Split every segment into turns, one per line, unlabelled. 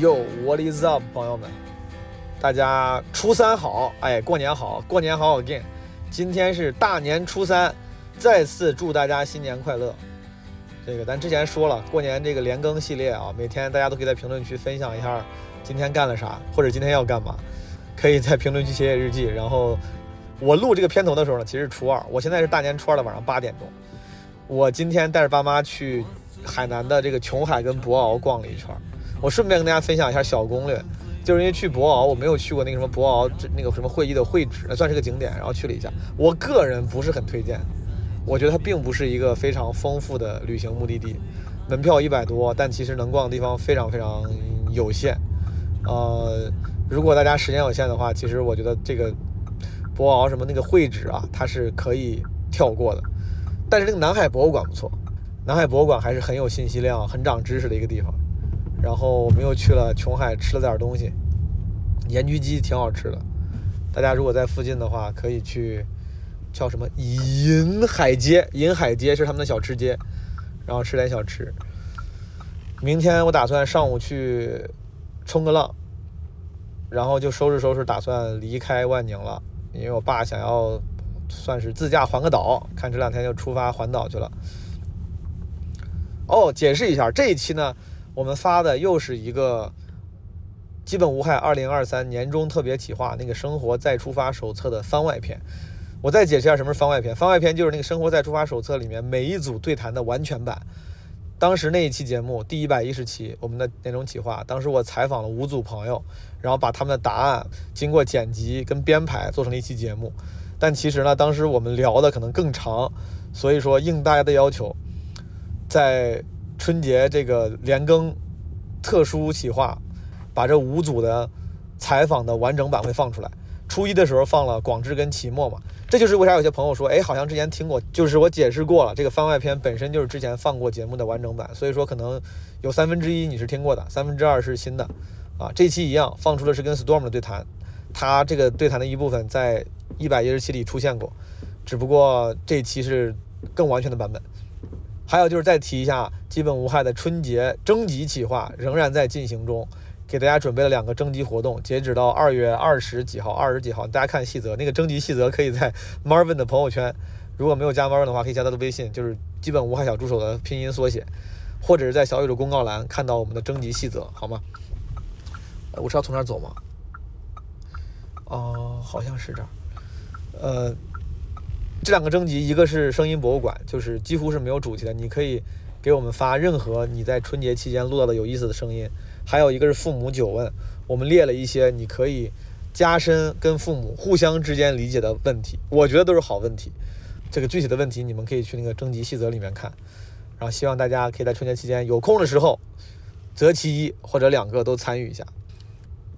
Yo, what is up，朋友们？大家初三好，哎，过年好，过年好 again。今天是大年初三，再次祝大家新年快乐。这个咱之前说了，过年这个连更系列啊，每天大家都可以在评论区分享一下今天干了啥，或者今天要干嘛，可以在评论区写写日记。然后我录这个片头的时候呢，其实是初二，我现在是大年初二的晚上八点钟。我今天带着爸妈去海南的这个琼海跟博鳌逛了一圈儿，我顺便跟大家分享一下小攻略，就是因为去博鳌我没有去过那个什么博鳌这那个什么会议的会址，呃算是个景点，然后去了一下。我个人不是很推荐，我觉得它并不是一个非常丰富的旅行目的地，门票一百多，但其实能逛的地方非常非常有限。呃，如果大家时间有限的话，其实我觉得这个博鳌什么那个会址啊，它是可以跳过的。但是那个南海博物馆不错，南海博物馆还是很有信息量、很长知识的一个地方。然后我们又去了琼海，吃了点东西，盐焗鸡挺好吃的。大家如果在附近的话，可以去叫什么银海街，银海街是他们的小吃街，然后吃点小吃。明天我打算上午去冲个浪，然后就收拾收拾，打算离开万宁了，因为我爸想要算是自驾环个岛，看这两天就出发环岛去了。哦，解释一下，这一期呢，我们发的又是一个基本无害二零二三年终特别企划那个《生活再出发手册》的番外篇。我再解释一下什么是番外篇，番外篇就是那个《生活再出发手册》里面每一组对谈的完全版。当时那一期节目第一百一十期，我们的年终企划，当时我采访了五组朋友，然后把他们的答案经过剪辑跟编排做成了一期节目。但其实呢，当时我们聊的可能更长，所以说应大家的要求，在春节这个连更特殊企划，把这五组的采访的完整版会放出来。初一的时候放了广智跟齐墨嘛，这就是为啥有些朋友说，哎，好像之前听过，就是我解释过了，这个番外篇本身就是之前放过节目的完整版，所以说可能有三分之一你是听过的，三分之二是新的，啊，这期一样放出的是跟 Storm 的对谈，他这个对谈的一部分在一百一十七里出现过，只不过这期是更完全的版本。还有就是再提一下，基本无害的春节征集企划仍然在进行中，给大家准备了两个征集活动，截止到二月二十几号、二十几号，大家看细则。那个征集细则可以在 Marvin 的朋友圈，如果没有加 Marvin 的话，可以加他的微信，就是基本无害小助手的拼音缩写，或者是在小宇宙公告栏看到我们的征集细则，好吗？呃我是要从这儿走吗？哦，好像是这儿。呃，这两个征集，一个是声音博物馆，就是几乎是没有主题的，你可以给我们发任何你在春节期间录到的有意思的声音；还有一个是父母九问，我们列了一些你可以加深跟父母互相之间理解的问题，我觉得都是好问题。这个具体的问题你们可以去那个征集细则里面看。然后希望大家可以在春节期间有空的时候，择其一或者两个都参与一下。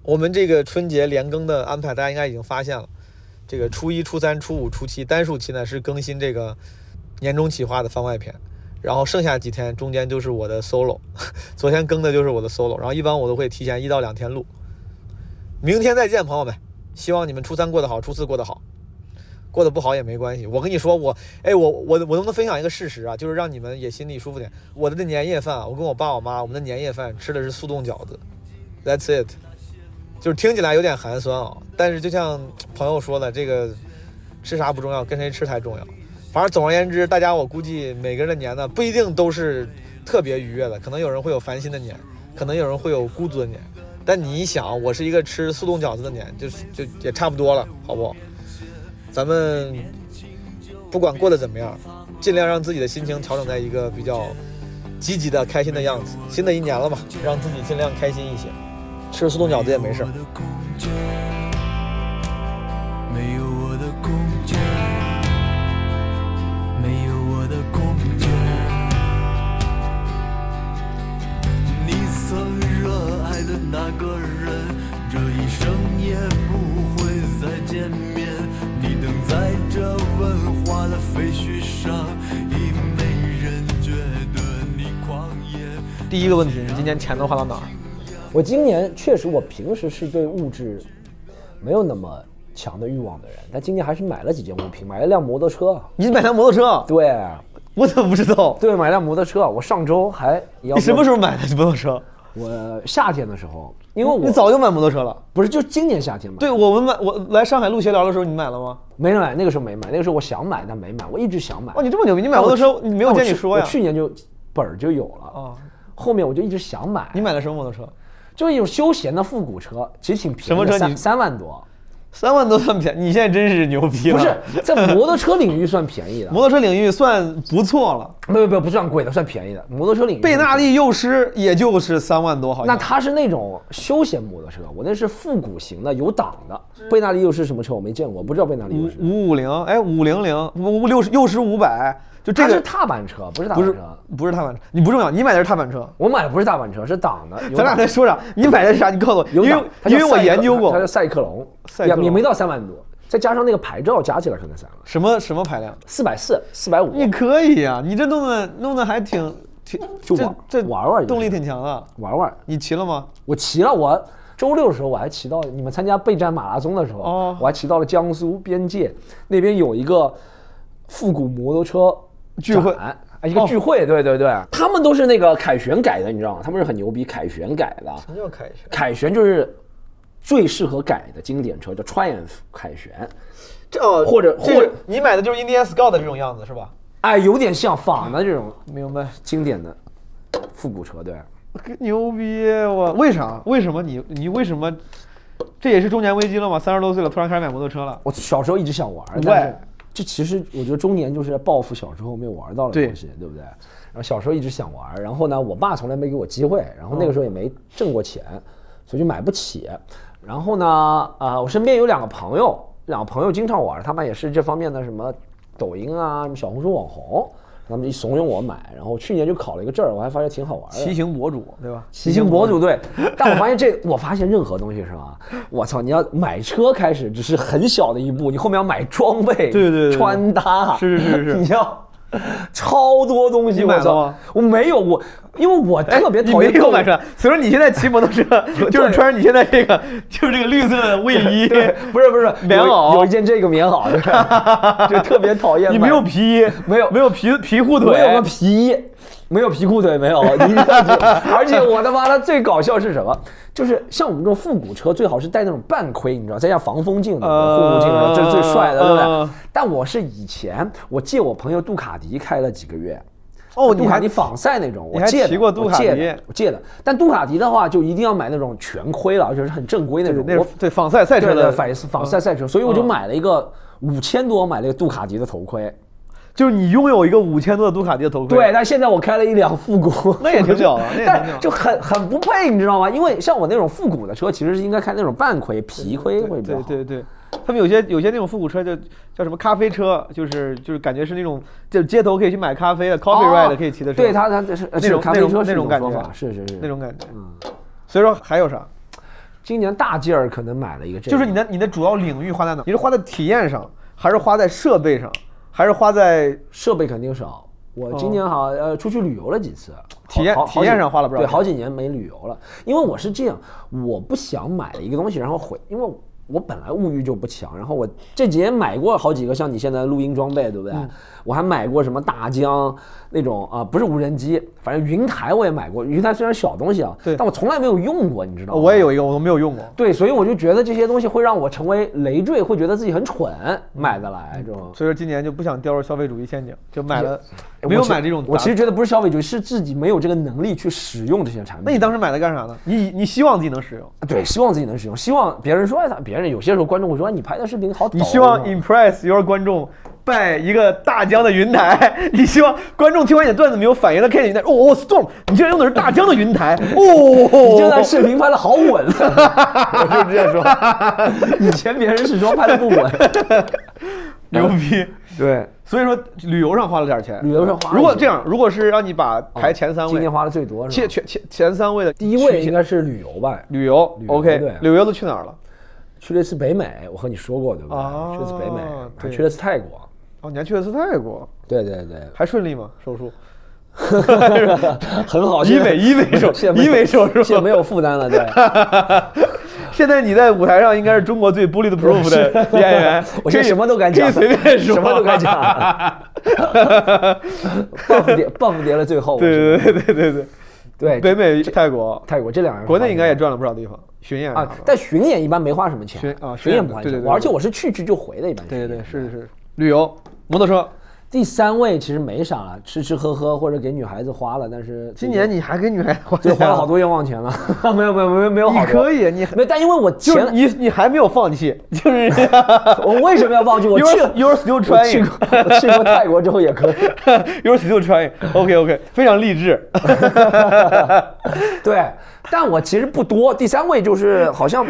我们这个春节连更的安排，大家应该已经发现了。这个初一、初三、初五、初七单数期呢是更新这个年终企划的番外篇，然后剩下几天中间就是我的 solo，昨 天更的就是我的 solo，然后一般我都会提前一到两天录。明天再见，朋友们，希望你们初三过得好，初四过得好，过得不好也没关系。我跟你说，我哎，我我我能不能分享一个事实啊？就是让你们也心里舒服点。我的年夜饭啊，我跟我爸我妈，我们的年夜饭吃的是速冻饺子，That's it。就是听起来有点寒酸啊、但是就像朋友说的，这个吃啥不重要，跟谁吃才重要。反正总而言之，大家我估计每个人的年呢，不一定都是特别愉悦的，可能有人会有烦心的年，可能有人会有孤独的年。但你一想，我是一个吃速冻饺子的年，就是就也差不多了，好不好？咱们不管过得怎么样，尽量让自己的心情调整在一个比较积极的、开心的样子。新的一年了嘛，让自己尽量开心一些，吃速冻饺子也没事儿。
没有我的空间，没有我的空间，没有我的空间。你曾热爱的那个人，这一生也不会再见面。你等在这文化的废墟上，已没人觉得你狂野。
第一个问题，你今年钱都花到哪儿？
我今年确实，我平时是对物质没有那么强的欲望的人，但今年还是买了几件物品，买了辆摩托车。
你买辆摩托车？
对，
我怎么不知道？
对，买辆摩托车。我上周还要
你什么时候买的摩托车？
我夏天的时候，因为我
你早就买摩托车了。
不是就今年夏天嘛，
对我们买，我来上海录闲聊的时候，你买了吗？
没买那个时候没买，那个时候我想买但没买，我一直想买。
哦哇，你这么牛逼！你买摩托车，你没有
但我
见你
去
说呀
我？去年就本儿就有了，
哦
后面我就一直想买，啊
你买的什么摩托车？
就是一种休闲的复古车，其实挺便宜的，
什么车你
三三万 多，
三万多算便宜，你现在真是牛逼了。
不是在摩托车领域算便宜的，
摩托车领域算不错了。
没有没有不算贵的，算便宜的。摩托车领域，
贝纳利幼师也就是三万多，好
那
像。
它是那种休闲摩托车，我那是复古型的，有档
嗯
的。贝纳利又是什么车？我没见过，我不知道贝纳利又
五
是。
五五零，哎，五零零，五五六十，幼师五百，就嗯这
它是
个
踏板车，不是踏
不
板
是
车。
不是踏板车，啊你不重要，你买的是踏板车。
我买的不是踏板车，是档的。有
咱俩
档
在说啥？你买的是啥？你告诉我，因
有档
为，
它
因
叫
为我
赛克
研究过
它叫赛克龙，
赛克龙
也也没到三万多，再加上那个牌照加起来可能三万，
什么什么排量。
四百四、四百五
你，可以呀、你这弄的弄的还挺挺，
就
这
玩
这
玩玩就
动力
行
挺强的。
玩玩。
你骑了吗？
我骑了，我周六的时候我还骑到你们参加备战马拉松的时候，
哦
我还骑到了江苏边界，那边有一个复古摩托车
聚会哦
展。啊，一个聚会，对对对，他们都是那个凯旋改的，你知道吗？他们是很牛逼，凯旋改的。
什么叫凯旋？
凯旋就是最适合改的经典车，叫 Triumph 凯旋。
这哦，
或者
这
或
是你买的就是 Indian Scout 的这种样子是吧？
哎，有点像仿的这种
明白。
经典的复古车，对。
牛逼！我为啥？为什么你你为什么？这也是中年危机了吗？三十多岁了，突然开始买摩托车了。
我小时候一直想玩儿，
对
但是这其实我觉得中年就是在报复小时候没有玩到的东西，对不对？然后小时候一直想玩儿，然后呢，我爸从来没给我机会，然后那个时候也没挣过钱，所以就买不起。然后呢，啊，我身边有两个朋友，两个朋友经常玩儿，他们也是这方面的什么抖音啊、什么小红书网红，他们一怂恿我买，然后去年就考了一个证儿，我还发现挺好玩儿的。
骑行博主对吧？
骑行博主对，但我发现这，我发现任何东西是吧？我操，你要买车开始只是很小的一步，你后面要买装备，对
对对
穿搭，
是是是是
你要超多东西。
你买
我操
了吗？哎
我没有，我因为我特别讨厌
你没有
购物
买车，所以说你现在骑摩托车 就是穿着你现在这个就是这个绿色的卫 衣，
对，不是不是
棉
有
袄
有一件这个棉袄，对 就特别讨厌买。
你没有皮衣，
没有
没有皮皮护
我
腿，
有个皮衣，没有皮裤腿， 没有。你而且我他妈的最搞笑是什么？就是像我们这种复古车，最好是带那种半盔，你知道，再加防风镜的
呃
护目镜，然后这是最帅的，对不对
呃？
但我是以前我借我朋友杜卡迪开了几个月。
哦
杜
你
卡
还
迪仿赛那种，我
你还
借的
骑过杜卡迪
我借的，我借的。但杜卡迪的话，就一定要买那种全盔了，而且是很正规那种。
那
我
是对仿赛赛
对
车
对
的啊嗯
反仿赛赛车，所以我就买了一个五千多，买了一个杜卡迪的头盔。
就是你拥有一个五千多的杜卡迪的头盔，啊
对，，但现在我开了一辆复古，
那也挺 屌的那也挺屌的
但就很很不配，你知道吗？因为像我那种复古的车，其实是应该开那种半盔、皮盔会比较
对
好。
对对，他们有些有些那种复古车叫叫什么咖啡车，就是就是感觉是那种就是街头可以去买咖啡的
哦
coffee ride 可以骑的车，
对它它这是呃
那
是
种
咖
那
啡
种
车是
那
一
种感
说
觉
法，是是是
那种感觉。
嗯
所以说还有啥？
今年大劲儿可能买了一个这个，
就是你的你的主要领域花在哪？你是花在体验上，还是花在设备上，还是花在
设备肯定少。我今年好像呃出去旅游了几次，
哦体验
好好好几
体验上花了不少
对，
钱
好几年没旅游了。因为我是这样，我不想买一个东西然后毁，因为我本来物欲就不强，然后我这几年买过好几个像你现在的录音装备，对不对？
嗯
我还买过什么大疆那种啊、不是无人机，反正云台我也买过。云台虽然小东西啊，
对
但我从来没有用过，你知道吗？
哦我也有一个，我都没有用过。
对，所以我就觉得这些东西会让我成为累赘，会觉得自己很蠢，买得来
嗯
这种。
所以说今年就不想掉入消费主义陷阱，就买了
哎
没有
我其
买这种杂。
我其实觉得不是消费主义，是自己没有这个能力去使用这些产品。
那你当时买它干啥呢？你你希望自己能使用，
对，希望自己能使用，希望别人说哎，他别人有些时候观众会说哎，你拍的视频好抖。
你希望
是吧
impress your 观众。拜一个大疆的云台， 你希望观众听完你的段子没有反应，他看见云台，哦哦，storm，你竟然用的是大疆的云 台，哦，
你这段视频拍的好 稳，我就这样说。以前 别人是说拍的不稳，
牛 逼。
对，
所以说旅游上花了点钱，
旅游上花了
如果
一些
这样，如果是让你把排前三
今
位
年，花的最多是
前
吧？
前前前三位的
第一位应该是旅游吧，
旅游
旅游
，OK，
对啊
旅游都去哪儿了？
去了一次北美，我和你说过对吧？
哦
去了一次北美，还
对
去了一次泰国。
哦，你还去了次泰国，
对对 对，
还顺利吗？手术？
很好。
医美医美 手
现在没有
医美手术
现在没有负担了，对。，
现在你在舞台上应该是中国最 bulletproof 的演员
我现在什么都敢讲，
可以随便说，啊
什么都敢讲。buff 叠 buff 叠了最后，
对对对对对对。
对
北美、泰国、
泰国这两样，
国内应该也赚了不少地方，巡演
啊，但巡演一般没花什么钱，
巡啊
巡
巡
演
演
不花
对
钱，
对对
我而且我是去去就回的，一般。
对对对，是。是旅游摩托车。
第三位其实没啥了，吃吃喝喝或者给女孩子花了，但是
今年你还给女孩子花
就花了
钱
好多冤枉钱了， 没有没有没有没有好
你
多，
可以，你
没有，但因为我
就
前
是你你还没有放弃，就是
我为什么要忘记？我去
you're
了
you're still
我 去
trying，
过我去过泰国之后也可以。
you're still trying。OK OK，非常励志。
对，但我其实不多。第三位就是好像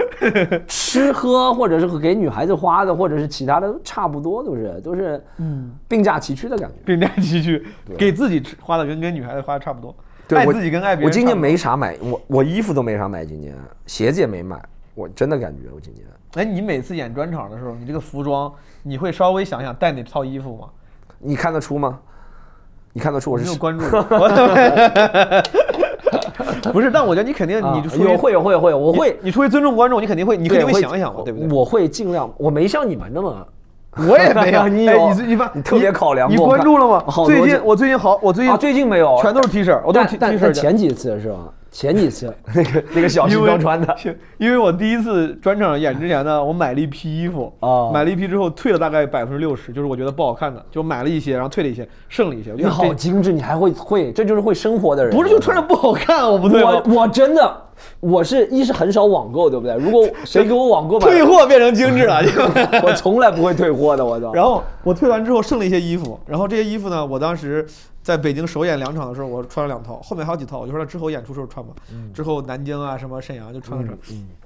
吃喝，或者是给女孩子花的，或者是其他的，差不多都是都是嗯并驾齐驱的感觉。
并驾齐驱，给自己吃花的跟跟女孩子花的差不多，
对
爱
我
自己跟爱别人。
我今年，没啥买，我我衣服都没啥买，今年鞋子也没买，我真的感觉我今年
哎，你每次演专场的时候，你这个服装，你会稍微想想带哪套衣服吗？
你看得出吗？你看得出我
我
是
没有
谁
关注你。不是，但我觉得你肯定，
啊
你就出于
有会有会有会有，我
你
会
你出于尊重观众，你肯定会，你肯定
对
会
我
想一想嘛，对不对？
我会尽量，我没像你们那么。
我也没有，
你
哎
有
你最你发
你特别考量
你
过
关注了
好
吗？
多
最
是
近我最近好，我最
啊，
近
最近没有，
全都是 T 恤，我都是 T T
但但
恤
但
的。
前几次是吧？前几次那个那个小
因
西
为
装 穿的，
因为我第一次专场演之前呢，我买了一批衣服，
哦
买了一批之后退了大概百分之六十，就是我觉得不好看的，就买了一些，然后退了一些，剩了一些。我就
你好
想这
精致，你还会会，这就是会生活的人。
不是就穿着不好看， 我不啊对吗？
我我真的，我是一是很少网购，对不对？如果谁给我网购买，
退货变成精致了， 就。
我从来不会退货的，我操。
然后我退完之后剩了一些衣服，然后这些衣服呢，我当时在北京首演两场的时候，我穿了两套，后面还有几套，我就说之后演出时候穿吧。
嗯
之后南京啊什么沈阳就穿了穿。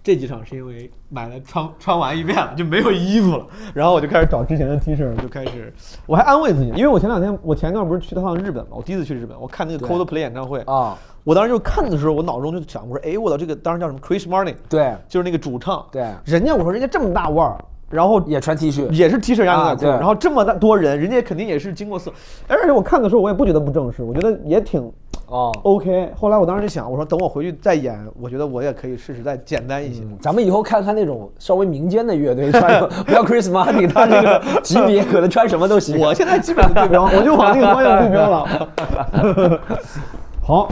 这几场是因为买了穿穿完一遍了就没有衣服了，然后我就开始找之前的 T 恤，就开始我还安慰自己，因为我前两天我前一段不是去趟日本嘛，我第一次去日本，我看那个 Coldplay 演唱会
啊，
我当时就看的时候，我脑中就想，我说哎我的这个当时叫什么 Chris Martin，
对
就是那个主唱，
对
人家我说人家这么大腕儿，然后
也穿 T 恤，
也是 T 恤加牛仔
啊
裤，
对
然后这么大多人，人家肯定也是经过色，而且我看的时候我也不觉得不正式，我觉得也挺
哦。
OK。后来我当时就想，我说等我回去再演，我觉得我也可以试试再简单一些。
咱们以后看看那种稍微民间的乐队穿，不要 Chris Martin，他这个级别可能穿什么都行。
我现在基本上对 标，我就往那个方向对标 了。好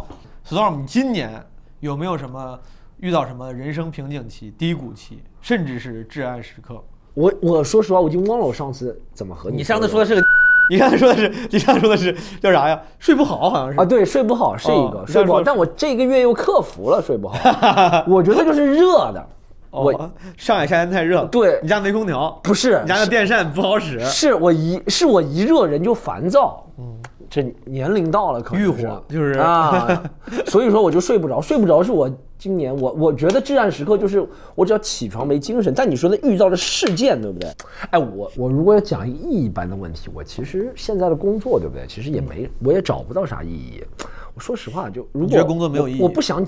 ，Storm，你今年有没有什么遇到什么人生瓶颈期、低谷期，甚至是至暗时刻？
我我说实话，我已经忘了我上次怎么和你。
你上次说的是个，你上次说的是，你上次说的是叫啥呀？睡不好，好像是
啊，对，睡不好是一个、
哦
睡不好，
你刚才说
但我这个月又克服了睡不 好。我觉得就是热的，我
哦，上海夏天太热，
对
你家没空调，
不是
你家的电扇不好使，
是我一是我一热人就烦躁，嗯，这年龄到了可能
欲
是
火就是
啊，所以说我就睡不着， 睡不着是我今年我我觉得至暗时刻就是我只要起床没精神。但你说的遇到的事件对不对？哎，我我如果要讲意义一般的问题，我其实现在的工作对不对？其实也没我也找不到啥意义。我说实话，就
你
如果
觉得工作没有意义
我我不想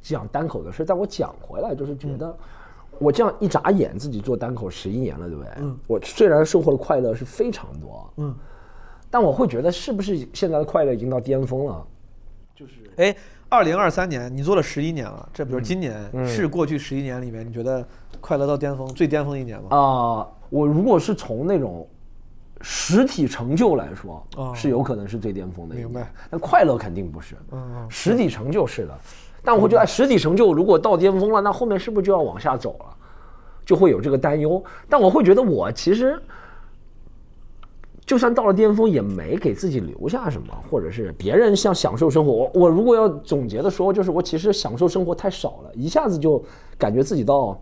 讲单口的事，但我讲回来就是觉
嗯
得。我这样一眨眼，自己做单口十一年了，对不对？嗯，我虽然收获的快乐是非常多，嗯，但我会觉得是不是现在的快乐已经到巅峰了？
哎，二零二三年你做了十一年了，这比如今年、是过去十一年里面你觉得快乐到巅峰最巅峰一年吗？
啊、我如果是从那种实体成就来说，
哦
是有可能是最巅峰的一年，
明白
但快乐肯定不是，
嗯
实体成就是的。但我会觉得，哎，实体成就如果到巅峰了，那后面是不是就要往下走了？就会有这个担忧。但我会觉得，我其实就算到了巅峰，也没给自己留下什么，或者是别人像享受生活。我我如果要总结的说，就是我其实享受生活太少了，一下子就感觉自己到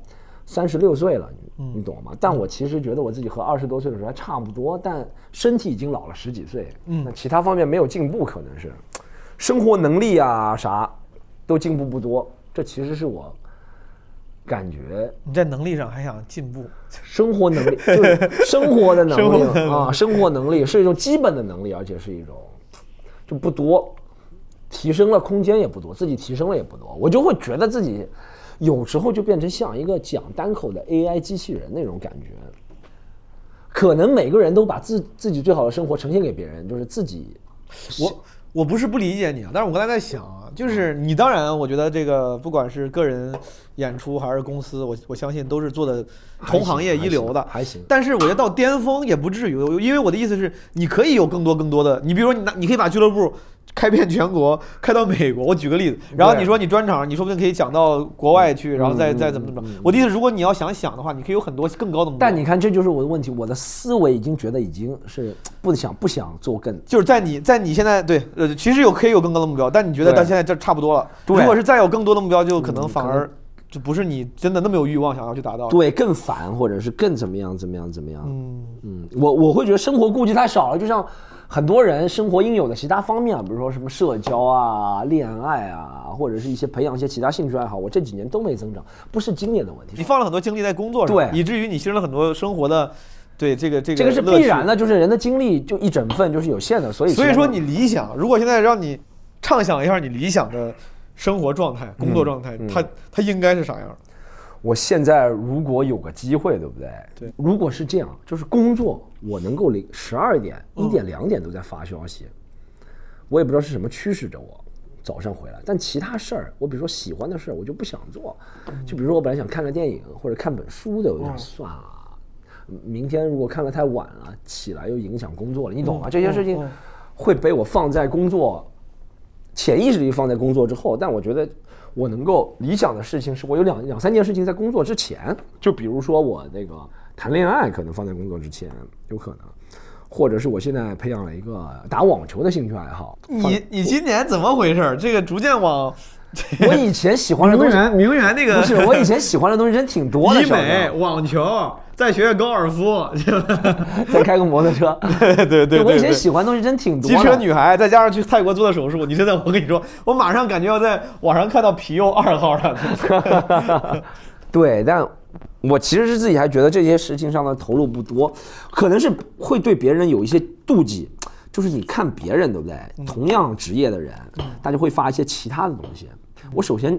三十六岁了，你你懂吗？但我其实觉得我自己和二十多岁的时候还差不多，但身体已经老了十几岁，嗯，那其他方面没有进步，可能是生活能力啊啥都进步不多。这其实是我感觉
你在能力上还想进步，
生活能力，就是生活的
生
能
活
力
能力
啊，生活能力是一种基本的能力，而且是一种就不多，提升了空间也不多，自己提升了也不多，我就会觉得自己有时候就变成像一个讲单口的 AI 机器人那种感觉。可能每个人都把自自己最好的生活呈现给别人，就是自己
我。我不是不理解你啊，但是我刚才在想啊，就是
嗯
你当然，我觉得这个不管是个人演出还是公司，我我相信都是做的同行业一流的，
还行还行
但是我觉得到巅峰也不至于，因为我的意思是，你可以有更多更多的，你比如说你拿，你可以把俱乐部开遍全国，开到美国。我举个例子，然后你说你专场，你说不定可以讲到国外去，然后再再怎么怎么
嗯
着。我的意思，如果你要想想的话，你可以有很多更高的目标。
但你看，这就是我的问题，我的思维已经觉得已经是不想不想做更
就是在你在你现在对呃，其实有可以有更高的目标，但你觉得
对
到现在这差不多了。如
对嗯
果是再有更多的目标，就可能反
可能
而就不是你真的那么有欲望想要去达到。
对更烦，或者是更怎么样怎么样怎么样。
嗯，
嗯，我我会觉得生活顾忌太少了，就像很多人生活应有的其他方面啊，比如说什么社交啊、恋爱啊，或者是一些培养一些其他兴趣爱好，我这几年都没增长，不是经验的问题。
你放了很多精力在工作上，
对
以至于你牺牲了很多生活的，对这个这个
这个是
乐
必
趣
然的，就是人的精力就一整份就是有限的，所以
所以
只
说
能
你理想，如果现在让你畅想一下你理想的生活状态、工
嗯
作状态，它它应该是啥样的？
我现在如果有个机会，对不对？
对，
如果是这样，就是工作我能够零十二点、一点、两点都在发消息，我也不知道是什么驱使着我早上回来。但其他事儿，我比如说喜欢的事儿，我就不想做。就比如说我本来想看个电影或者看本书的，我就想算了，明天如果看了太晚了，起来又影响工作了，你懂吗？这些事情会被我放在工作潜意识里放在工作之后，但我觉得我能够理想的事情是我有两两三件事情在工作之前，就比如说我那个谈恋爱可能放在工作之前，有可能，或者是我现在培养了一个打网球的兴趣爱 好。放
你你今年怎么回事儿？这个逐渐往
我以前喜欢的东西
名媛那
不是我以前喜欢的东西真挺多 的，
医
小时
美、
候
网球，再学学高尔夫，
再开个摩托车，
对对对
我以前
对
喜欢的东西真挺多
机
的。
车女孩，再加上去泰国做的手术，你现在我跟你说，我马上感觉要在网上看到皮尤二号 了。
对，但我其实是自己还觉得这些事情上的投入不多，可能是会对别人有一些妒忌，就是你看别人对不对？
嗯
同样职业的人，大家会发一些其他的东西。我首先，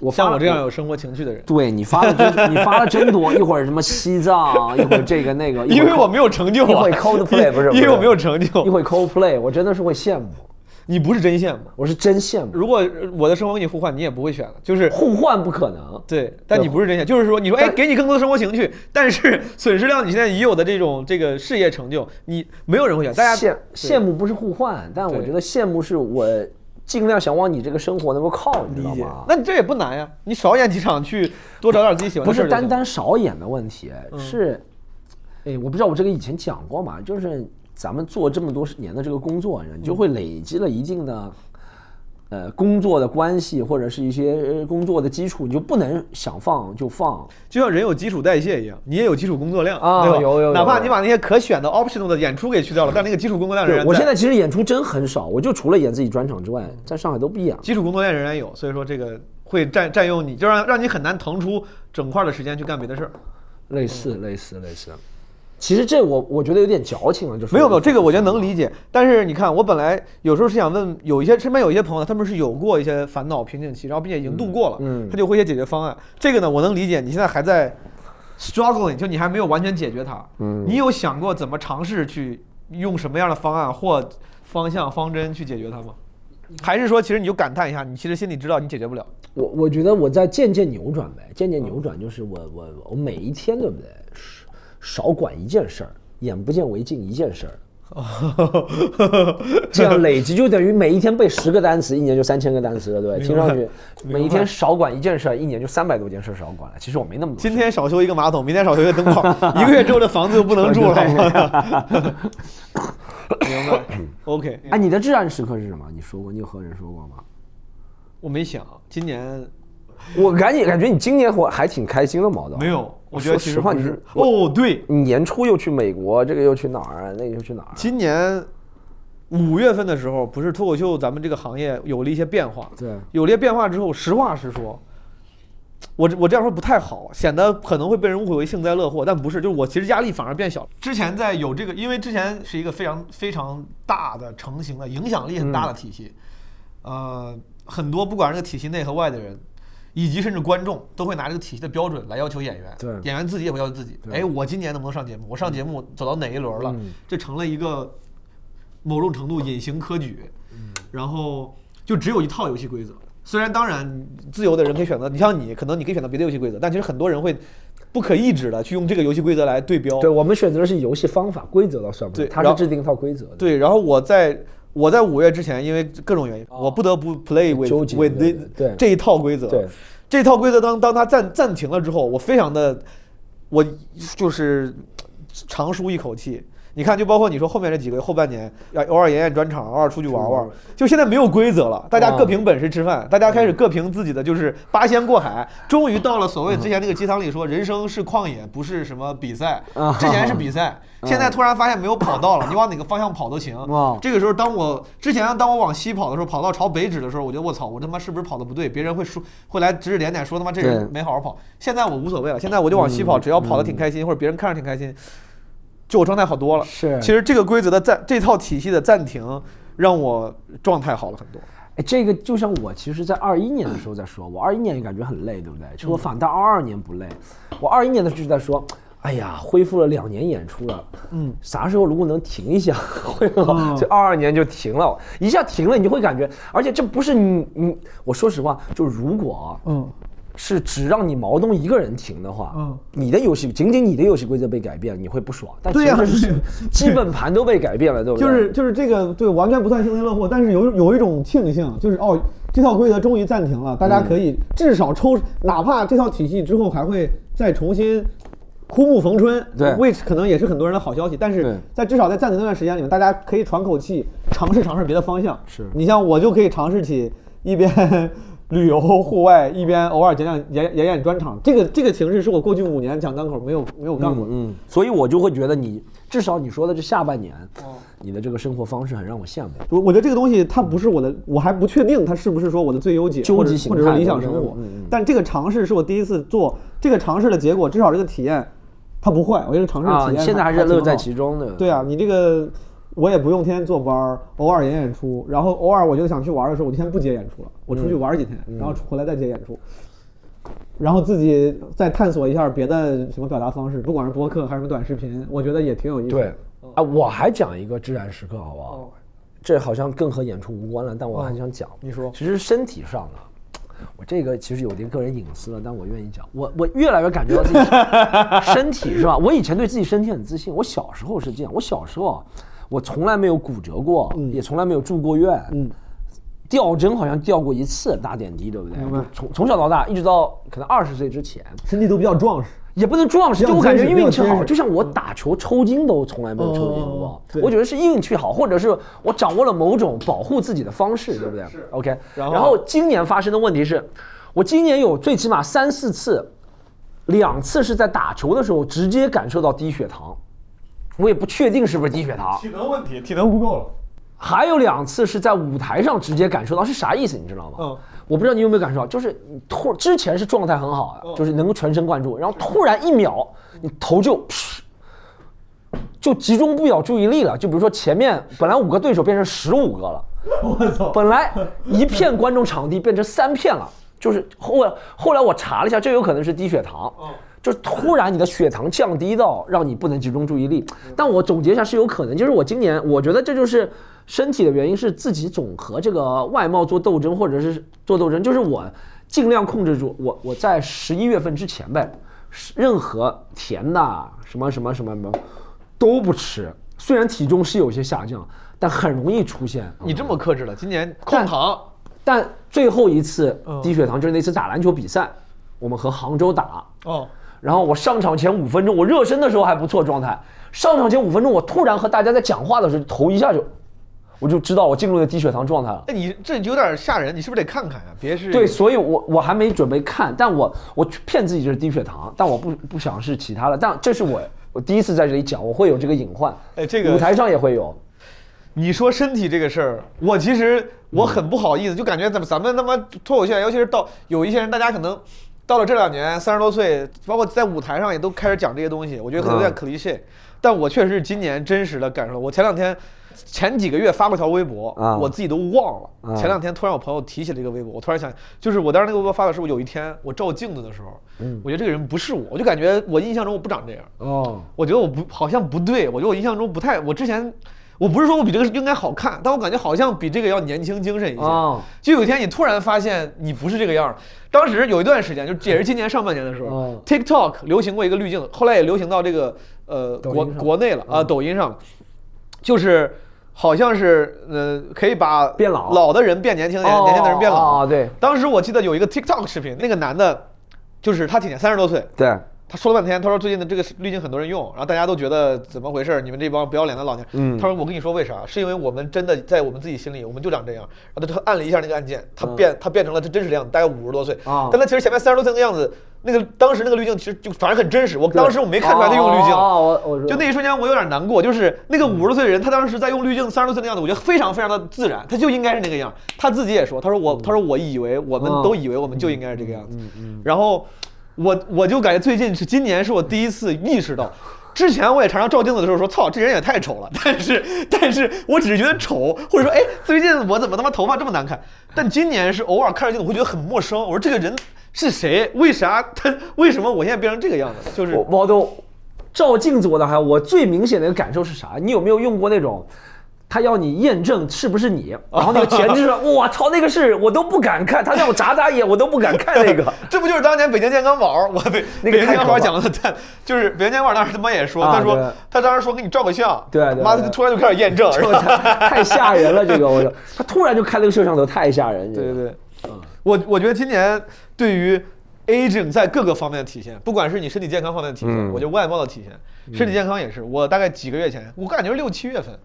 我发
嗯像我这样
了。
有生活情趣的人，
对你发的真，你发的真多，一会儿什么西藏，一会儿这个那个，一会
因
儿
为我没有成就
一
啊，
会儿 Coldplay 不 是，
因为
不是
我没有成
一
就，
会儿 Coldplay，我真的是会羡慕，
你不是真羡慕。
我是真羡慕，
如果我的生活跟你互换，你也不会选的， 就是
互换不可能，
对，但
对
你不是真想，就是说，你说，哎，
但
给你更多的生活情趣，但是 损失掉你现在已有的这种这个事业成就，你没有人会选，大家
羡羡慕不是互换，但我
对
觉得羡慕是我尽量想往你这个生活能够靠，你知道
理解
吗。？
那你这也不难呀，你少演几场去，多找点自己喜欢
不
的事儿
是嗯
就行
单单少演的问题，是，哎，我不知道我这个以前讲过嘛，就是咱们做这么多年的这个工作，你就会累积了一定的。呃，工作的关系或者是一些呃工作的基础，你就不能想放就放，
就像人有基础代谢一样，你也有基础工作量
啊
对吧？
有有有
哪怕你把那些可选的 optional 的演出给去掉 了，但那个基础工作量仍
对
然
我现在其实演出真很少，我就除了演自己专场之外，在上海都不演了。
基础工作量仍然有，所以说这个会占占用你，就让让你很难腾出整块的时间去干别的事儿。
类似类似类似。其实这我我觉得有点矫情了，啊就是
没有没有，这个我觉得能理解。但是你看，我本来有时候是想问，有一些身边有一些朋友，他们是有过一些烦恼瓶颈期，然后并且已经度过了，
嗯嗯
他就会一些解决方案。这个呢，我能理解。你现在还在 struggling，就你还没有完全解决它。嗯，你有想过怎么尝试去用什么样的方案或方向方针去解决它吗？还是说，其实你就感叹一下，你其实心里知道你解决不了。
我我觉得我在渐渐扭转呗，渐渐扭转就是我我我每一天对不对，少少管一件事儿，眼不见为净一件事儿，这样累积就等于每一天背十个单词，一年就三千个单词了，对不对，听上去每一天少管一件事儿，一年就三百多件事儿少管了。其实我没那么多事儿。
今天少修一个马桶，明天少修一个灯泡， 一个月之后这房子就不能住了。
啊
明白？OK，
哎，你的至暗时刻是什么？你说过，你有和人说过吗？
我没想，啊今年
我感觉感觉你今年活还挺开心的，毛豆。
没有，我觉得其实
说实话
不
你
是
是。
哦，对，
你年初又去美国，这个又去哪儿啊？那个又去哪儿啊？
今年五月份的时候，不是脱口秀咱们这个行业有了一些变化，
对
有了一些变化之后，实话实说，我这我这样说不太好，显得可能会被人误会为幸灾乐祸，但不是，就是我其实压力反而变小了。之前在有这个，因为之前是一个非常非常大的成型的、影响力很大的体系，呃，很多不管是这个体系内和外的人。以及甚至观众都会拿这个体系的标准来要求演员，
对
演员自己也会要求自己。哎，我今年能不能上节目？我上节目走到哪一轮了？这成了一个某种程度隐形科举，然后就只有一套游戏规则。虽然当然自由的人可以选择，你像你，可能你可以选择别的游戏规则，但其实很多人会不可抑制的去用这个游戏规则来对标。
对，我们选择的是游戏方法，规则倒算不上，
对
他
然
是
后
制定一套规则的。
对，然后我在我在五月之前，因为各种原因，我不得不 play with
哦纠结
with
对
the-
对
这一套规则。
对，
这套规则当当它暂暂停了之后，我非常的，我就是长舒一口气。你看，就包括你说后面这几个月后半年，要偶尔演演专场，偶尔出去玩玩，啊嗯就现在没有规则了，大家各凭本事吃饭，大家开始各凭自己的，就是八仙过海，终于到了所谓之前那个鸡汤里说，人生是旷野，不是什么比赛
啊。
之前是比赛，现在突然发现没有跑道了，你往哪个方向跑都行
哇。
这个时候，当我之前当我往西跑的时候，跑到朝北指的时候，我觉得我操，我他妈是不是跑的不对？别人会说会来指指点点，说他妈这人
对嗯
没好好跑。现在我无所谓了，现在我就往西跑，只要跑得挺开心，或者别人看着挺开心，就我状态好多了。
是
其实这个规则的暂这套体系的暂停，让我状态好了很多。
哎，这个就像我其实，在二一年的时候在说，我二一年也感觉很累，对不对？其实
嗯
我反倒二二年不累，我二一年的时候就在说，哎呀，恢复了两年演出了，嗯，啥时候如果能停一下 会很
嗯
好。所以二二年就停了，一下停了，你就会感觉，而且这不是你你，我说实话，就如果啊
嗯，
是只让你毛东一个人停的话，
嗯
你的游戏仅仅你的游戏规则被改变，你会不爽。但
对呀
其实
对
是基本盘都被改变了，对不对？
就是这个对，完全不算幸灾乐祸，但是有有一种庆幸，就是哦，这套规则终于暂停了，大家可以至少抽，哪怕这套体系之后还会再重新。枯木逢春，
对
，which 可能也是很多人的好消息，但
对
是在至少在暂停那段时间里面，大家可以喘口气，尝试尝试别的方向。
是
你像我就可以尝试起一边旅游户外，一边偶尔讲讲演演演专场，这个这个形式是我过去五年讲单口没有没有干过的。
嗯，所以我就会觉得你至少你说的这下半年，你的这个生活方式很让我羡慕。
我我觉得这个东西它不是我的，我还不确定它是不是说我的最优解，
究
或者
极形
或者说
态
理
对
想
不
生
对
活
嗯嗯。
但这个尝试是我第一次做，这个尝试的结果，至少这个体验它不坏，我觉得尝试的体
啊，
验
你现在还是
挺
乐在
好
其中的。
对啊，你这个我也不用天天坐班儿，偶尔演演出，然后偶尔我觉得想去玩的时候，我就先不接演出了，我出去玩几天，然后回来再接演出。然后自己再探索一下别的什么表达方式，不管是播客还是什么短视频，我觉得也挺有意思的。嗯哦
对，啊，我还讲一个自然时刻，好不好？这好像更和演出无关了，但我还想讲。
你说
其实身体上呢，我这个其实有点个人隐私了，但我愿意讲。我我越来越感觉到 自己身体是吧？我以前对自己身体很自信，我小时候是这样，我小时候啊，我从来没有骨折过，
嗯
也从来没有住过院，嗯。吊针好像吊过一次打点滴，对不对？
明白
就从从小到大，一直到可能二十岁之前，
身体都比较壮实。
也不能壮实，
比较
就我感觉
结实
运
比较
气
结
好，
实嗯
就像我打球抽筋都从来没有抽筋过
哦，对
我觉得是运气好，或者是我掌握了某种保护自己的方式，对不对？OK。
然后
然后今年发生的问题是，我今年有最起码三四次，两次是在打球的时候直接感受到低血糖，我也不确定是不是低血糖，
能问题，体能不够了。
还有两次是在舞台上直接感受到是啥意思，你知道吗？
嗯
我不知道你有没有感受到，就是你突之前是状态很好的，就是能够全神贯注，然后突然一秒你头就。噗就集中不了注意力了，就比如说前面本来五个对手变成十五个了，
我操！
本来一片观众场地变成三片了，就是后来后来我查了一下，这有可能是低血糖，就是突然你的血糖降低到让你不能集中注意力。但我总结一下是有可能，就是我今年我觉得这就是身体的原因是自己总和这个外貌做斗争，或者是做斗争，就是我尽量控制住我我在十一月份之前呗，任何甜的什么什么什么什么都不吃。虽然体重是有些下降，但很容易出现。啊
你这么克制了，今年控糖
但最后一次
嗯
低血糖就是那次打篮球比赛，我们和杭州打，
哦，
然后我上场前五分钟，我热身的时候还不错状态，上场前五分钟我突然和大家在讲话的时候，头一下就，我就知道我进入了低血糖状态了。
那哎你这有点吓人，你是不是得看看呀、别是
对，所以我我还没准备看，但我我骗自己这是低血糖，但我不不想是其他的，但这是我我第一次在这里讲，我会有这个隐患，
哎这个
舞台上也会有，
你说身体这个事儿，我其实我很不好意思，就感觉咱们咱们他妈脱口秀演员，尤其是到有一些人，大家可能到了这两年三十多岁，包括在舞台上也都开始讲这些东西，我觉得可能
嗯
有点 cliche，、但我确实是今年真实的感受了。我前两天前几个月发过条微博，
啊
我自己都忘了。
啊
前两天突然我朋友提起了一个微博，我突然想，就是我当时那个微博发的时候，有一天我照镜子的时候，
嗯
我觉得这个人不是我，我就感觉我印象中我不长这样。
哦，
我觉得我不好像不对，我觉得我印象中不太，我之前我不是说我比这个应该好看，但我感觉好像比这个要年轻精神一些。
哦
就有一天你突然发现你不是这个样儿，当时有一段时间，就也是今年上半年的时候、
哦
t i k t o k 流行过一个滤镜，后来也流行到这个呃
抖音
国
上嗯
国内了啊、抖音上了，就是。好像是呃可以把
变老
老的人变年轻的人，年轻的人变老
哦哦对
当时我记得有一个 TikTok 视频，那个男的，就是他挺年三十多岁，
对，
他说了半天，他说最近的这个滤镜很多人用，然后大家都觉得怎么回事儿？你们这帮不要脸的老年，
嗯
他说我跟你说为啥？是因为我们真的在我们自己心里，我们就长这样。然后他按了一下那个按键，他变、他变成了他真实的样子，大概五十多岁。
嗯啊
但他其实前面三十多岁那个样子，那个当时那个滤镜其实就反正很真实。我
对
当时我没看出来他用滤镜，
哦哦我我知道嗯
就那一瞬间我有点难过，就是那个五十岁的人，他当时在用滤镜三十多岁的样子，我觉得非常非常的自然，他就应该是那个样。他自己也说，他说我他说我以为我们
嗯
都以为我们就应该是这个样子。然后我我就感觉最近是今年是我第一次意识到。之前我也常常照镜子的时候说，操，这人也太丑了。 但是，但是我只是觉得丑，或者说，哎，最近我怎么他妈头发这么难看？但今年是偶尔看着镜子，我会觉得很陌生。我说这个人是谁？为啥他？ 为什么我现在变成这个样子？就是
我毛东照镜子我倒还好，我最明显的一个感受是啥？你有没有用过那种？他要你验证是不 是你，然后那个前置是，我操，那个是我都不敢看，他让我眨眨眼，我都不敢看那个。
这不就是当年北京健康宝儿？我北
那个
北京
太
健康
可
宝儿
怕
讲的 太，就是北京健康宝儿当时他妈也说，
啊
他
对
说他当时说给你照个相，
对对
妈
对
的突然就开始验证，是
我
吧？
操，太吓人了！这个，我操，他突然就开了个摄像头，太吓人。这
对
个
对对，
嗯
我我觉得今年对于 aging 在各个方面的体现，不管是你身体健康方面的体现，
嗯
我觉得外貌的体现，身体健康也是。我大概几个月前，我感觉六七月份，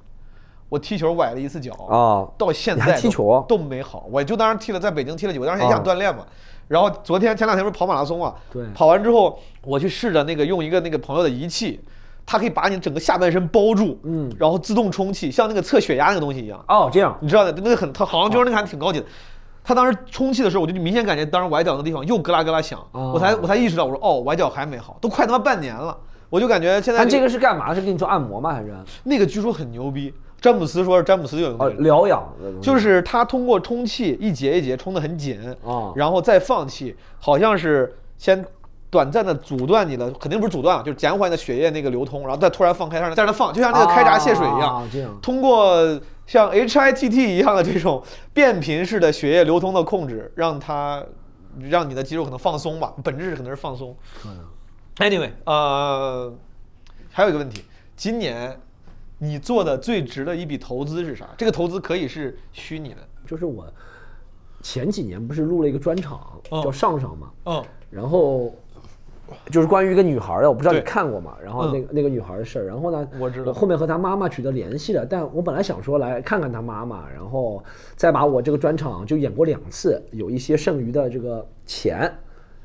我踢球崴了一次脚
啊
到现
你
在
还踢
都
球啊
都没好。我就当时踢了，在北京踢了几，我当时也想
啊
锻炼嘛。然后昨天前两天不是跑马拉松嘛，
对
跑完之后我去试着那个用一个那个朋友的仪器。它可以把你整个下半身包住，
嗯
然后自动充气，像那个测血压那个东西一样，
哦，这样
你知道的，那个很，他好像就是那个还挺高级的。他当时充气的时候，我就明显感觉当时崴脚那个地方又咯啦咯啦响，
哦
我才我才意识到，我说哦，崴脚还没好，都快他妈半年了，我就感觉现在
但这个是干嘛？是给你做按摩吗？还是
那个据说很牛逼，詹姆斯说是詹姆斯有一
哦
个人，
疗养的东西？
就是他通过充气一节一节充得很紧，
哦
然后再放气，好像是先。短暂的阻断你的，肯定不是阻断啊，就是减缓你的血液那个流通，然后再突然放开，让它让它放，就像那个开闸泄水一样，
啊这样
通过像 HITT 一样的这种变频式的血液流通的控制，让它让你的肌肉可能放松吧，本质可能是放松。Anyway，呃，还有一个问题，今年你做的最值的一笔投资是啥？这个投资可以是虚拟的，
就是我前几年不是录了一个专场，
嗯
叫上上嘛，
嗯，
然后就是关于一个女孩儿的，我不知道你
对嗯
看过吗？然后那个、那个女孩儿的事儿，然后呢，
我知道
后面和她妈妈取得联系了，但我本来想说来看看她妈妈，然后再把我这个专场就演过两次，有一些剩余的这个钱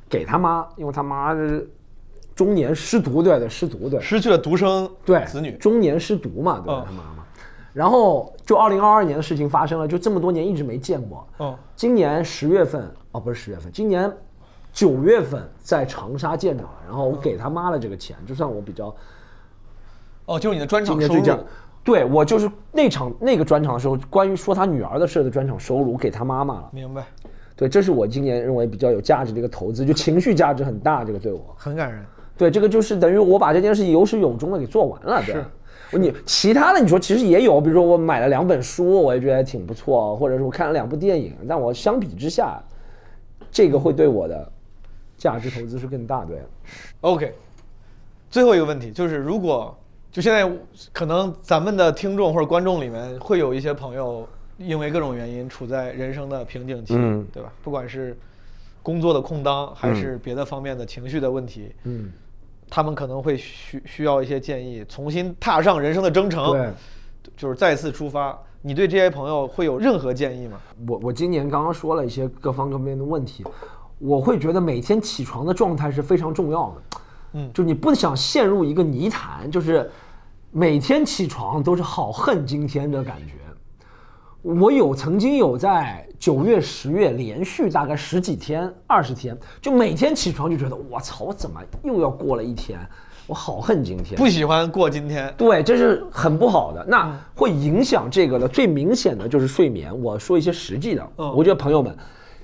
给她妈，因为她妈是中年失独，对对，失独，对，
失去了独生
对
子女，
中年失独嘛，对吧？
嗯
他妈妈。然后就二零二二年的事情发生了，就这么多年一直没见过。
嗯
今年十月份哦，不是十月份，今年九月份在长沙见着了，然后我给他妈了这个钱，就算我比较
哦，就是你的专
今
场
年
收
最
入
佳。对我就是那场那个专场的时候，关于说他女儿的事儿的专场收入给他妈妈了。
明白，
对，这是我今年认为比较有价值的一个投资，就情绪价值很大，这个对我。
很感人。
对，这个就是等于我把这件事有始有终的给做完了。对
是，
我你其他的你说其实也有，比如说我买了两本书，我也觉得挺不错，或者是我看了两部电影，但我相比之下，这个会对我的价值投资是更大。对，
OK，最后一个问题就是，如果就现在可能咱们的听众或者观众里面会有一些朋友，因为各种原因处在人生的瓶颈期，
嗯
对吧？不管是工作的空当，还是别的方面的情绪的问题，
嗯，
他们可能会需需要一些建议，重新踏上人生的征程，
对，
就是再次出发。你对这些朋友会有任何建议吗？
我我今年刚刚说了一些各方各面的问题，我会觉得每天起床的状态是非常重要的。
嗯
就你不想陷入一个泥潭，就是每天起床都是好恨今天的感觉。我有曾经有在九月、十月连续大概十几天、二十天，就每天起床就觉得我操，我怎么又要过了一天？我好恨今天。
不喜欢过今天，
对，这是很不好的。
嗯
那会影响这个的最明显的就是睡眠。我说一些实际的，
嗯
我觉得朋友们，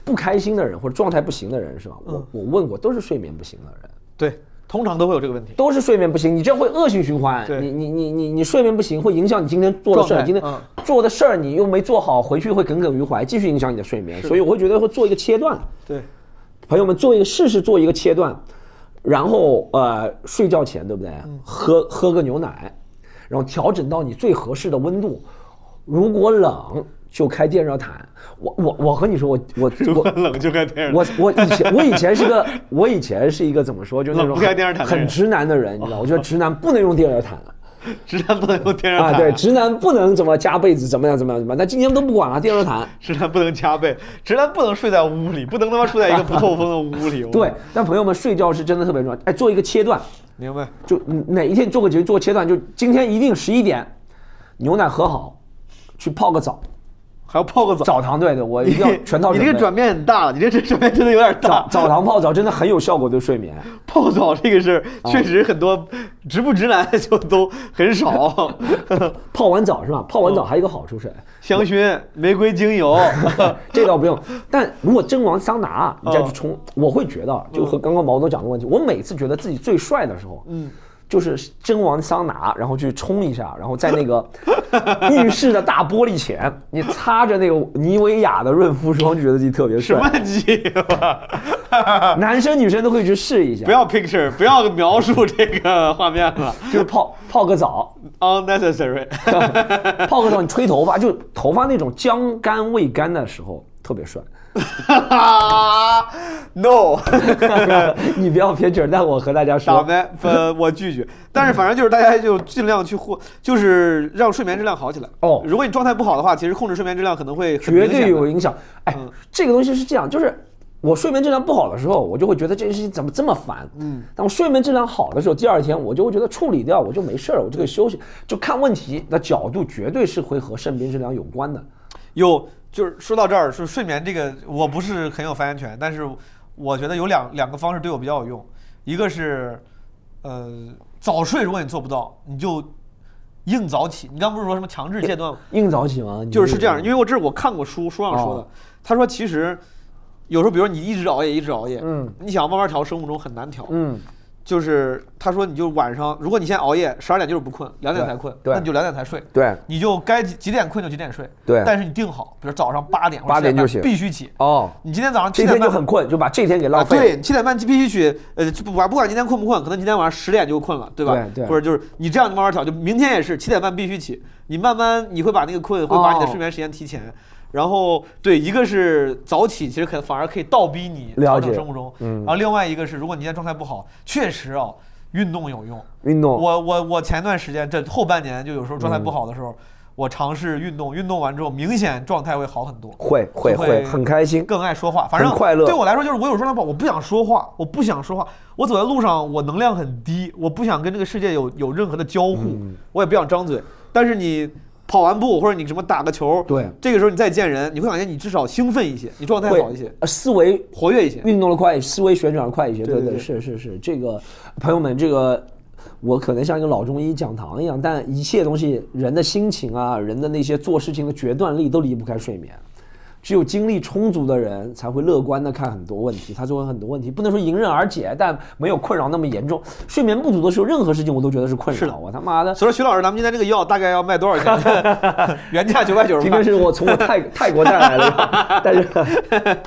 不开心的人或者状态不行的人是吧？
嗯
我我问过，都是睡眠不行的人，
对，通常都会有这个问题。
都是睡眠不行，你这样会恶性循环。
对
你你你你你睡眠不行，会影响你今天做的事
状
儿，
态
今天
嗯
做的事儿你又没做好，回去会耿耿于怀，继续影响你的睡眠。所以我会觉得会做一个切断。
对，
朋友们做一个试试做一个切断，然后呃睡觉前对不对？喝喝个牛奶，然后调整到你最合适的温度。如果冷就开电热毯。我我我和你说，我我
如果
我
冷就开电视，
我我以前我以 前是个我以前是一个怎么说，就那
冷
种
不开电热毯的
很
人
直男的人，你知道，我觉得直男不能用电热毯。
直男不能用电热
啊，
毯，
对，直男不能怎么加被子，怎么样怎么样怎么样，但今天都不管了，电热毯。
直男不能加被，直男不能睡在屋里，不能他妈睡在一个不透风的屋里。我
对，，但朋友们睡觉是真的特别重要。哎，做一个切断，
明白。
就哪一天做个节目做个切断，就今天一定十一点，牛奶喝好，去泡个澡，
还要泡个澡。
澡堂对对，我一定要 全套
你
准
这
备。
个转啊变很大了，你这这转变真的有点大
澡。澡堂泡澡真的很有效果对睡眠。
泡澡这个事儿，确实很多直不直男就都很少。
泡完澡是吧？泡完
嗯
澡还有一个好处是，
香薰、玫瑰精油，
这倒 不用。但如果蒸完桑拿，你再去冲，我会觉得，就和刚刚毛总讲的问题，我每次觉得自己最帅的时候，嗯，就是蒸完桑拿，然后去冲一下，然后在 那个浴室的大玻璃前，你擦着那个妮维雅的润肤霜，觉得自己特别
什么
帅。
鸡巴？
男生女生都会去试一下
不，要 picture，不要描述这个画面了
就是泡泡个澡，
，unnecessary。
泡个澡你吹头发，就头发那种将干未干的时候特 别帅。
no，
你不要撇嘴，但我和大家
打
说，
没？呃，我拒绝。但是反正就是大家就尽量去获，就是让睡眠质量好起来。
哦
如果你状态不好的话，其实控制睡眠质量可能会很
绝
明显
对
的
有影响。哎，
嗯
这个东西是这样，就是我睡眠质量不好的时候，我就会觉得这件事情怎么这么烦。嗯，但我睡眠质量好的时候，第二天我就会觉得处理掉，我就没事儿，我就可以休息。就看问题的角度，绝对是会和睡眠质量有关的。
有，就是说到这儿，是睡眠这个，我不是很有发言权，但是我觉得有两两个方式对我比较有用，一个是，呃，早睡，如果你做不到，你就硬早起。你刚不是说什么强制戒断吗？
硬早起吗？你
就是是这样，因为我这是我看过书书上说的，
嗯哦
他说其实有时候，比如你一直熬夜，一直熬夜，
嗯，
你想要慢慢调，生物钟很难调，
嗯，
就是他说你就晚上，如果你现在熬夜，十二点就是不困，两点才困，
对
那你就两点才睡，
对
你就该几几点困就几点睡，
对
但是你定好，比如早上八点或者
8点
7半
就醒
必须起。
哦，
你今天早上七
这
点
天
半
就很困，就把这天给浪
啊、
费
对，
了。
七点半必须去，呃，就不管不管今天困不困，可能今天晚上十点就困了，对吧？
对对
或者就是你这样慢慢调，就明天也是七点半必须起，你慢慢你会把那个困会把你的
哦
睡眠时间提前。然后对，一个是早起，其实可反而可以倒逼你调
了
整
解
生物钟。嗯。然后另外一个是，如果你现在状态不好，确实啊，运动有用。
运动，嗯
我我我前段时间这后半年就有时候状态不好的时候，我尝试运动，运动完之后明显状态会好很多。
会会
就会
会很开心。
更爱说话，反正
很快乐
对我来说，就是我有时候不好，我不想说话，我不想说话。我走在路上，我能量很低，我不想跟这个世界有有任何的交互，
嗯
我也不想张嘴。但是你跑完步或者你什么打个球，
对
这个时候你再见人，你会感觉你至少兴奋一些，你状态
会
好一些，
呃思维
活跃一些。
运动的快，思维旋转的快一些。对
对对
是是是，这个朋友们，这个我可能像一个老中医讲堂一样，但一切东西，人的心情啊，人的那些做事情的决断力都离不开睡眠。只有精力充足的人才会乐观的看很多问题，他作为很多问题不能说迎刃而解，但没有困扰那么严重。睡眠不足的时候，任何事情我都觉得是困扰。我他妈的，
所以说，徐老师，咱们今天这个药大概要卖多少钱？ 原价九百九十
今天
八。
是我从 我泰泰国带来的，但是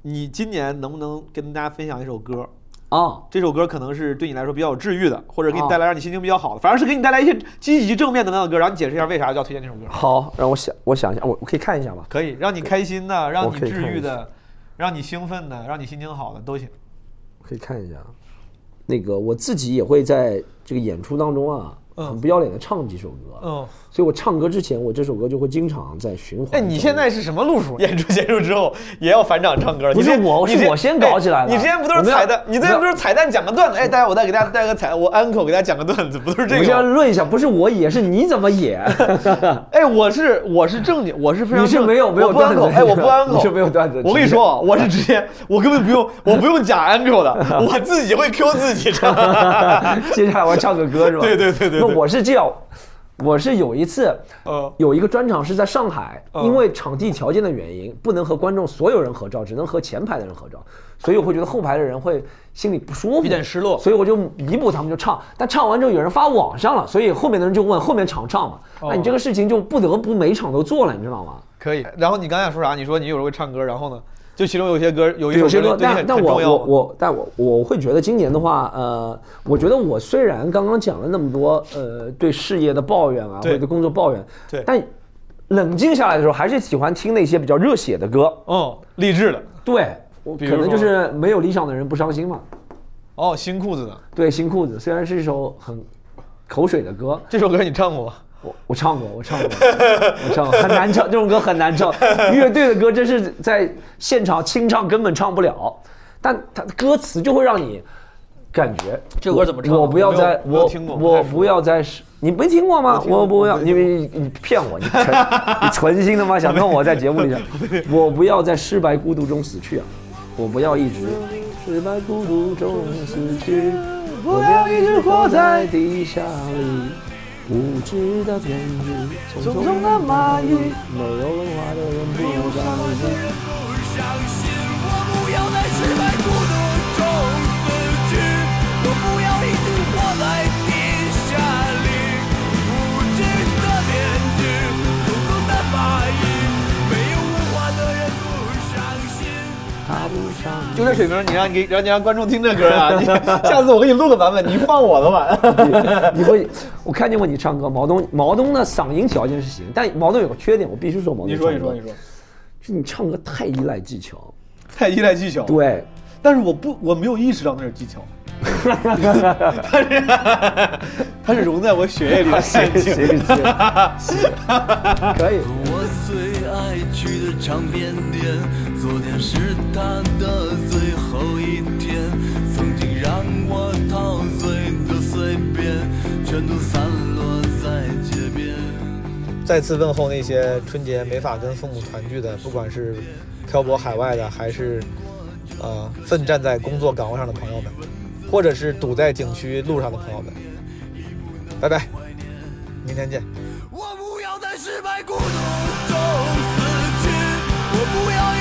你今年能不能跟大家分享一首歌？
啊，
这首歌可能是对你来说比较有治愈的，或者给你
啊
带来让你心情比较好的，反正是给你带来一些积极正面能量的歌，然后你解释一下为啥要推荐这首歌，
好，让我想，我想一下，我我可以看一下吗？
可以让你开心的，让
我
你
可以
治
看
愈
一下
的，让你兴奋的，让你心情好的都行。
可以看一下。那个我自己也会在这个演出当中啊，很不要脸的唱几首歌，
嗯，
所以我唱歌之前，我这首歌就会经常在循环。
哎，你现在是什么路数？演出结束之后也要返场唱歌？
啊不是
你这
我
你
是
这
我先搞起来
哎
的
你之前不都是
我们要
彩蛋？你之
我
前
们
不都是彩蛋讲个段子？哎，大家我再给大家带个彩，我 uncle 给大家讲个段子，不都是
我
这
们要
个吗？
论一下，不是我野，是你怎 么野？
哎，我是我是正经，我是非常
你是
正
没有没有
我不
段子
uncle，哎，我不 uncle，
你是没有段子
我跟你说啊，我是直接，我根本不用，我不用假 uncle 的，我自己会 Q 自己唱。
接下来我要唱个歌是吧？
对对对对对
那我是这样，我是有一次，
呃，
有一个专场是在上海，
嗯
因为场地条件的原因，不能和观众所有人合照，只能和前排的人合照，所以我会觉得后排的人会心里不舒服，
有点失落
所以我就弥补他们就唱，但唱完之后有人发网上了，所以后面的人就问后面场唱嘛，
哦
那你这个事情就不得不每场都做了，你知道吗？
可以。然后你刚才想说啥？你说你有时候会唱歌，然后呢，就其中有些歌有一首
有些
歌对
歌，
你
但
很
但
很
我
重要啊
我
吗。
我，但我我会觉得今年的话，呃，我觉得我虽然刚刚讲了那么多，呃，对事业的抱怨啊，或
对
者对工作抱怨，
对
但冷静下来的时候，还是喜欢听那些比较热血的歌。
嗯，励志的。
对，我
比
可
如
能
说
就是没有理想的人不伤心嘛。
哦，新裤子的
对，新裤子虽然是一首很口水的歌，
这首歌你唱过吗？
我我唱过，我唱过， 我唱过，很难唱，这种歌很难唱。乐队的歌真是在现场清唱根本唱不了，但它歌词就会让你感觉
这歌怎么唱
我我不要再
我没有没有
我
听过不太
我
熟
不要再是你没听过吗？我不要你你你骗我，你存你存心的吗？想弄我在节目里讲，我不要在失败孤独中死去啊！我不要一直失败孤独中死去，我不要一直活在地下里。无知的偏执，丛中的蚂蚁，没有文化的人不有上帝。
就这水平，你让你让你让观众听这歌啊！你 下次我给你录个版本，你放我的吧。
你会，我看见过你唱歌。毛东，毛东的嗓音条件是行，但毛东有个缺点，我必须说毛东。
你说，你说，你说，，
就你唱歌太依赖技巧。
太依赖技巧。
对，
但是我不，我没有意识到那是技巧。它是它是融在我血液里的感情。
可以。
我最爱去的唱片店，昨天是他的最后一天。曾经让我陶醉的碎片，全都散落在街边。
再次问候那些春节没法跟父母团聚的，不管是漂泊海外的，还是呃奋战在工作岗位上的朋友们，或者是堵在景区路上的朋友们，拜拜，明天见。
我不要在失败孤独中死去，我不要一